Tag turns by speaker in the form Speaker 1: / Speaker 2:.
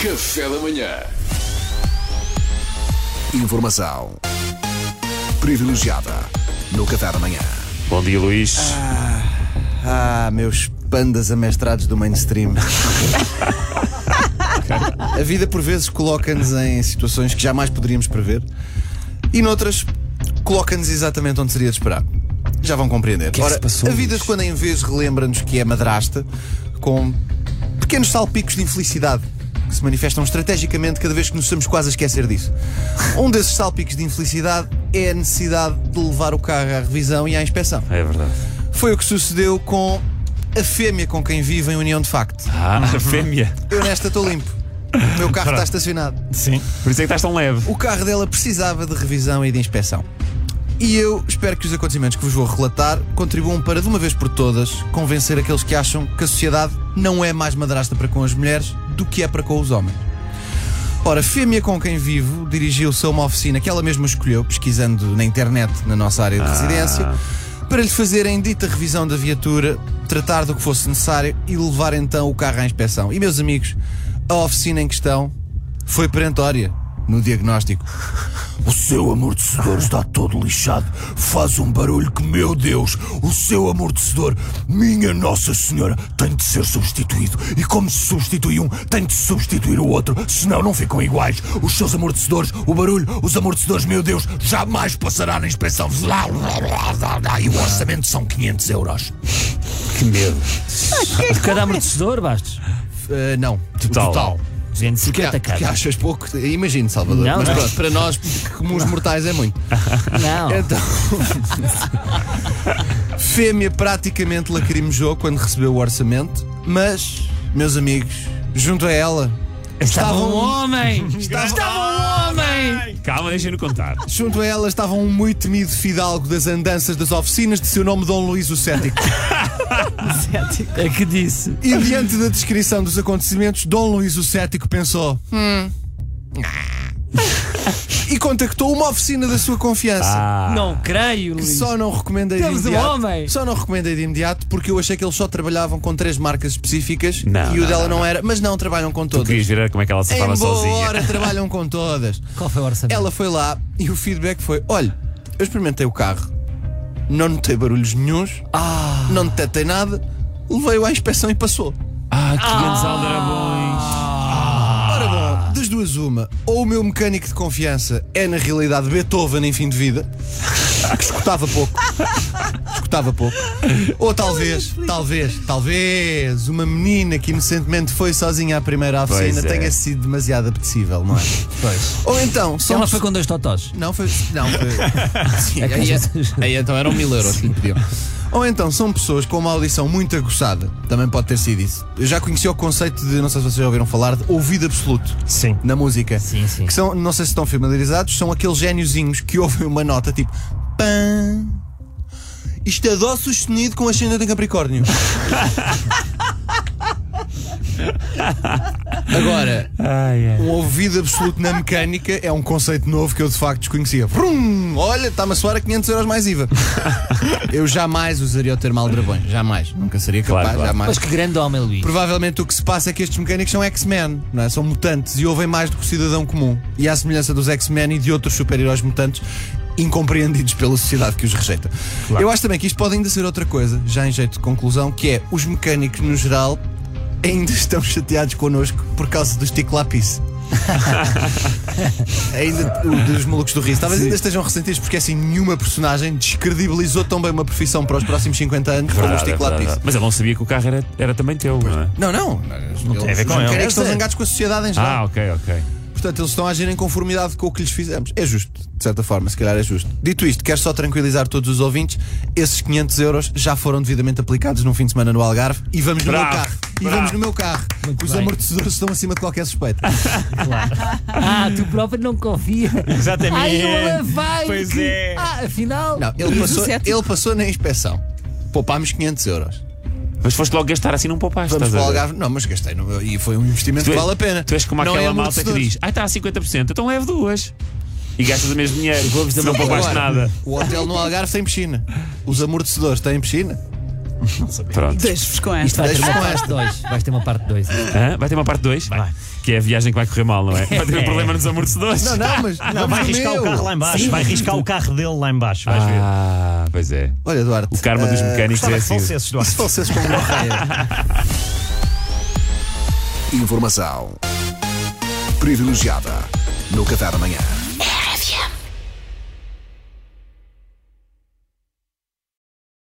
Speaker 1: Café da manhã.
Speaker 2: Informação privilegiada no Café da Manhã.
Speaker 3: Bom dia, Luís.
Speaker 4: Ah, meus pandas amestrados do mainstream. A vida por vezes coloca-nos em situações que jamais poderíamos prever e noutras coloca-nos exatamente onde seria de esperar. Já vão compreender.
Speaker 3: é que
Speaker 4: Ora,
Speaker 3: se passou,
Speaker 4: a vida
Speaker 3: Luís?
Speaker 4: de quando em vez relembra-nos que é madrasta com pequenos salpicos de infelicidade que se manifestam estrategicamente cada vez que nos estamos quase a esquecer disso. Um desses salpicos de infelicidade é a necessidade de levar o carro à revisão e à inspeção.
Speaker 3: É verdade.
Speaker 4: Foi o que sucedeu com a fêmea com quem vive em união de facto.
Speaker 3: Ah, a fêmea.
Speaker 4: Eu nesta estou limpo. O meu carro está estacionado.
Speaker 3: Sim. Por isso é que estás tão leve.
Speaker 4: O carro dela precisava de revisão e de inspeção. E eu espero que os acontecimentos que vos vou relatar contribuam para, de uma vez por todas, convencer aqueles que acham que a sociedade não é mais madrasta para com as mulheres do que é para com os homens. Ora, a fêmea com quem vivo dirigiu-se a uma oficina que ela mesma escolheu, pesquisando na internet na nossa
Speaker 5: Ah.
Speaker 4: área de residência, para lhe fazerem dita revisão da viatura, tratar do que fosse necessário e levar então o carro à inspeção. E, meus amigos, a oficina em questão foi perentória no diagnóstico.
Speaker 5: O seu amortecedor está todo lixado. Faz um barulho que, meu Deus, o seu amortecedor, minha Nossa Senhora, tem de ser substituído. E como se substitui um, tem de substituir o outro, senão não ficam iguais. Os seus amortecedores, o barulho, os amortecedores, meu Deus, jamais passará na inspeção. E o orçamento são 500 euros.
Speaker 3: Que medo.
Speaker 6: Cada amortecedor, bastos.
Speaker 4: Ah, não,
Speaker 3: Total.
Speaker 4: total. Porque,
Speaker 6: 250
Speaker 4: porque
Speaker 6: cada.
Speaker 4: achas pouco, imagino, Salvador.
Speaker 6: Não,
Speaker 4: mas
Speaker 6: não.
Speaker 4: pronto, para nós, como os mortais, é muito.
Speaker 6: Não.
Speaker 4: Então. Fêmea praticamente lacrimejou quando recebeu o orçamento, mas, meus amigos, junto a ela.
Speaker 6: Estava um
Speaker 4: Estavam,
Speaker 6: homem! Estava um homem!
Speaker 3: Calma, deixem-no contar.
Speaker 4: junto a ela estava um muito temido fidalgo das andanças das oficinas de seu nome Dom Luís o Cético.
Speaker 6: É que disse.
Speaker 4: E diante da descrição dos acontecimentos, Dom Luís o Cético pensou. Hum. e contactou uma oficina da sua confiança.
Speaker 3: Ah,
Speaker 6: Não creio,
Speaker 4: que
Speaker 6: Luís.
Speaker 4: só não recomendei de
Speaker 6: Temos um
Speaker 4: imediato.
Speaker 6: homem.
Speaker 4: Só não recomendei de imediato porque eu achei que eles só trabalhavam com três marcas específicas
Speaker 3: Não,
Speaker 4: e o
Speaker 3: não,
Speaker 4: dela não, era. Mas não, trabalham com todas.
Speaker 3: querias ver como é que ela se
Speaker 4: Em boa
Speaker 3: estava sozinha.
Speaker 4: hora trabalham com todas.
Speaker 6: Qual foi o orçamento?
Speaker 4: Ela foi lá e o feedback foi: olha, eu experimentei o carro, não notei barulhos nenhuns, não detetei nada, levei-o à inspeção e passou.
Speaker 3: Ah, que grandes
Speaker 6: Ah.
Speaker 3: aldrabões.
Speaker 4: Ora
Speaker 3: Ah.
Speaker 4: bom, das duas uma, ou o meu mecânico de confiança é na realidade Beethoven em fim de vida, que escutava pouco, escutava pouco, ou talvez, talvez, talvez uma menina que inocentemente foi sozinha à primeira
Speaker 3: Pois
Speaker 4: oficina
Speaker 3: é.
Speaker 4: tenha sido demasiado apetecível, não é?
Speaker 6: Pois.
Speaker 4: Ou então, só
Speaker 6: Ela foi com dois totós.
Speaker 4: não, foi. Não, foi. Sim,
Speaker 6: É que
Speaker 4: aí,
Speaker 6: às vezes-
Speaker 4: aí então eram mil euros que lhe pediam. Ou então são pessoas com uma audição muito aguçada, também pode ter sido isso. Eu já conheci o conceito de, não sei se vocês já ouviram falar, de ouvido absoluto.
Speaker 3: Sim.
Speaker 4: Na música.
Speaker 6: Sim, sim.
Speaker 4: Que são, não sei se estão familiarizados, são aqueles gêniozinhos que ouvem uma nota tipo. Pam. Isto é dó sustenido com ascendente em Capricórnio. Agora, um ouvido absoluto na mecânica é um conceito novo que eu de facto desconhecia. Vrum! Olha, está-me a soar a 500 euros mais IVA. Eu jamais usaria o termo aldrabões. Jamais. Nunca seria capaz,
Speaker 3: Claro, claro.
Speaker 4: jamais.
Speaker 6: Mas que grande homem, Luís.
Speaker 4: Provavelmente o que se passa é que estes mecânicos são X-Men, não é? São mutantes e ouvem mais do que o cidadão comum. E à semelhança dos X-Men e de outros super-heróis mutantes, incompreendidos pela sociedade que os rejeita. Eu acho também que isto pode ainda ser outra coisa, já em jeito de conclusão, que é os mecânicos no geral ainda estão chateados connosco por causa do stick lápis. ainda o dos malucos do riso. Talvez ainda estejam ressentidos porque assim nenhuma personagem descredibilizou tão bem uma profissão para os próximos 50 anos como o
Speaker 3: Verdade, é
Speaker 4: stick
Speaker 3: verdade.
Speaker 4: lápis.
Speaker 3: Mas ele não sabia que o carro era, era também teu, não é?
Speaker 4: Não, não. Não
Speaker 3: tem a ver com ele.
Speaker 4: Eles estão zangados com a sociedade em
Speaker 3: Ah,
Speaker 4: geral.
Speaker 3: ok, ok.
Speaker 4: Portanto, eles estão a agir em conformidade com o que lhes fizemos. É justo, de certa forma, se calhar é justo. Dito isto, quero só tranquilizar todos os ouvintes: esses 500 euros já foram devidamente aplicados num fim de semana no Algarve e vamos no
Speaker 3: Bravo,
Speaker 4: meu carro. E
Speaker 3: bravo.
Speaker 4: vamos no meu carro. os
Speaker 6: bem.
Speaker 4: amortecedores estão acima de qualquer suspeita.
Speaker 6: Ah, tu próprio não confia.
Speaker 3: Exatamente.
Speaker 6: Ai, ela vai.
Speaker 3: Pois
Speaker 6: que-
Speaker 3: é.
Speaker 6: Ah, afinal.
Speaker 4: Não, ele passou,
Speaker 7: cético.
Speaker 4: ele passou na inspeção. Poupámos 500 euros.
Speaker 3: Mas foste logo gastar assim, não poupaste.
Speaker 4: Vamos
Speaker 3: estás a
Speaker 4: para o
Speaker 3: ver?
Speaker 4: Algarve. Não, mas gastei no- e foi um investimento
Speaker 3: Tu
Speaker 4: que
Speaker 3: és-
Speaker 4: vale a pena.
Speaker 3: Tu és como
Speaker 4: Não é
Speaker 3: aquela malta que
Speaker 4: amortecedores.
Speaker 3: diz: Ah, está a 50%, então leve duas. E gastas o mesmo dinheiro. Não poupaste
Speaker 4: Agora,
Speaker 3: nada.
Speaker 4: O hotel no Algarve tem piscina. Os amortecedores têm piscina.
Speaker 3: Pronto.
Speaker 1: Deixo-vos com
Speaker 6: Isto
Speaker 1: esta.
Speaker 6: vai ter uma
Speaker 4: Deixa-me
Speaker 6: parte 2. Vais ter uma parte 2.
Speaker 3: Hã? Vai ter uma parte 2?
Speaker 7: Vai.
Speaker 3: Que é a viagem que vai correr mal, não é? Vai ter um problema nos amortecedores.
Speaker 4: Não, não, mas.
Speaker 7: Não, vai arriscar o carro lá em baixo. Vai arriscar o carro dele lá em baixo. Vais ver.
Speaker 3: Ah, pois é.
Speaker 4: Olha, Duarte.
Speaker 3: O karma dos
Speaker 4: eh,
Speaker 3: mecânicos é
Speaker 7: Gostava que
Speaker 3: assim.
Speaker 7: fosse esses, Duarte.
Speaker 4: Se falecesses com uma raia.
Speaker 2: Informação privilegiada no Café da Manhã.
Speaker 8: RFM.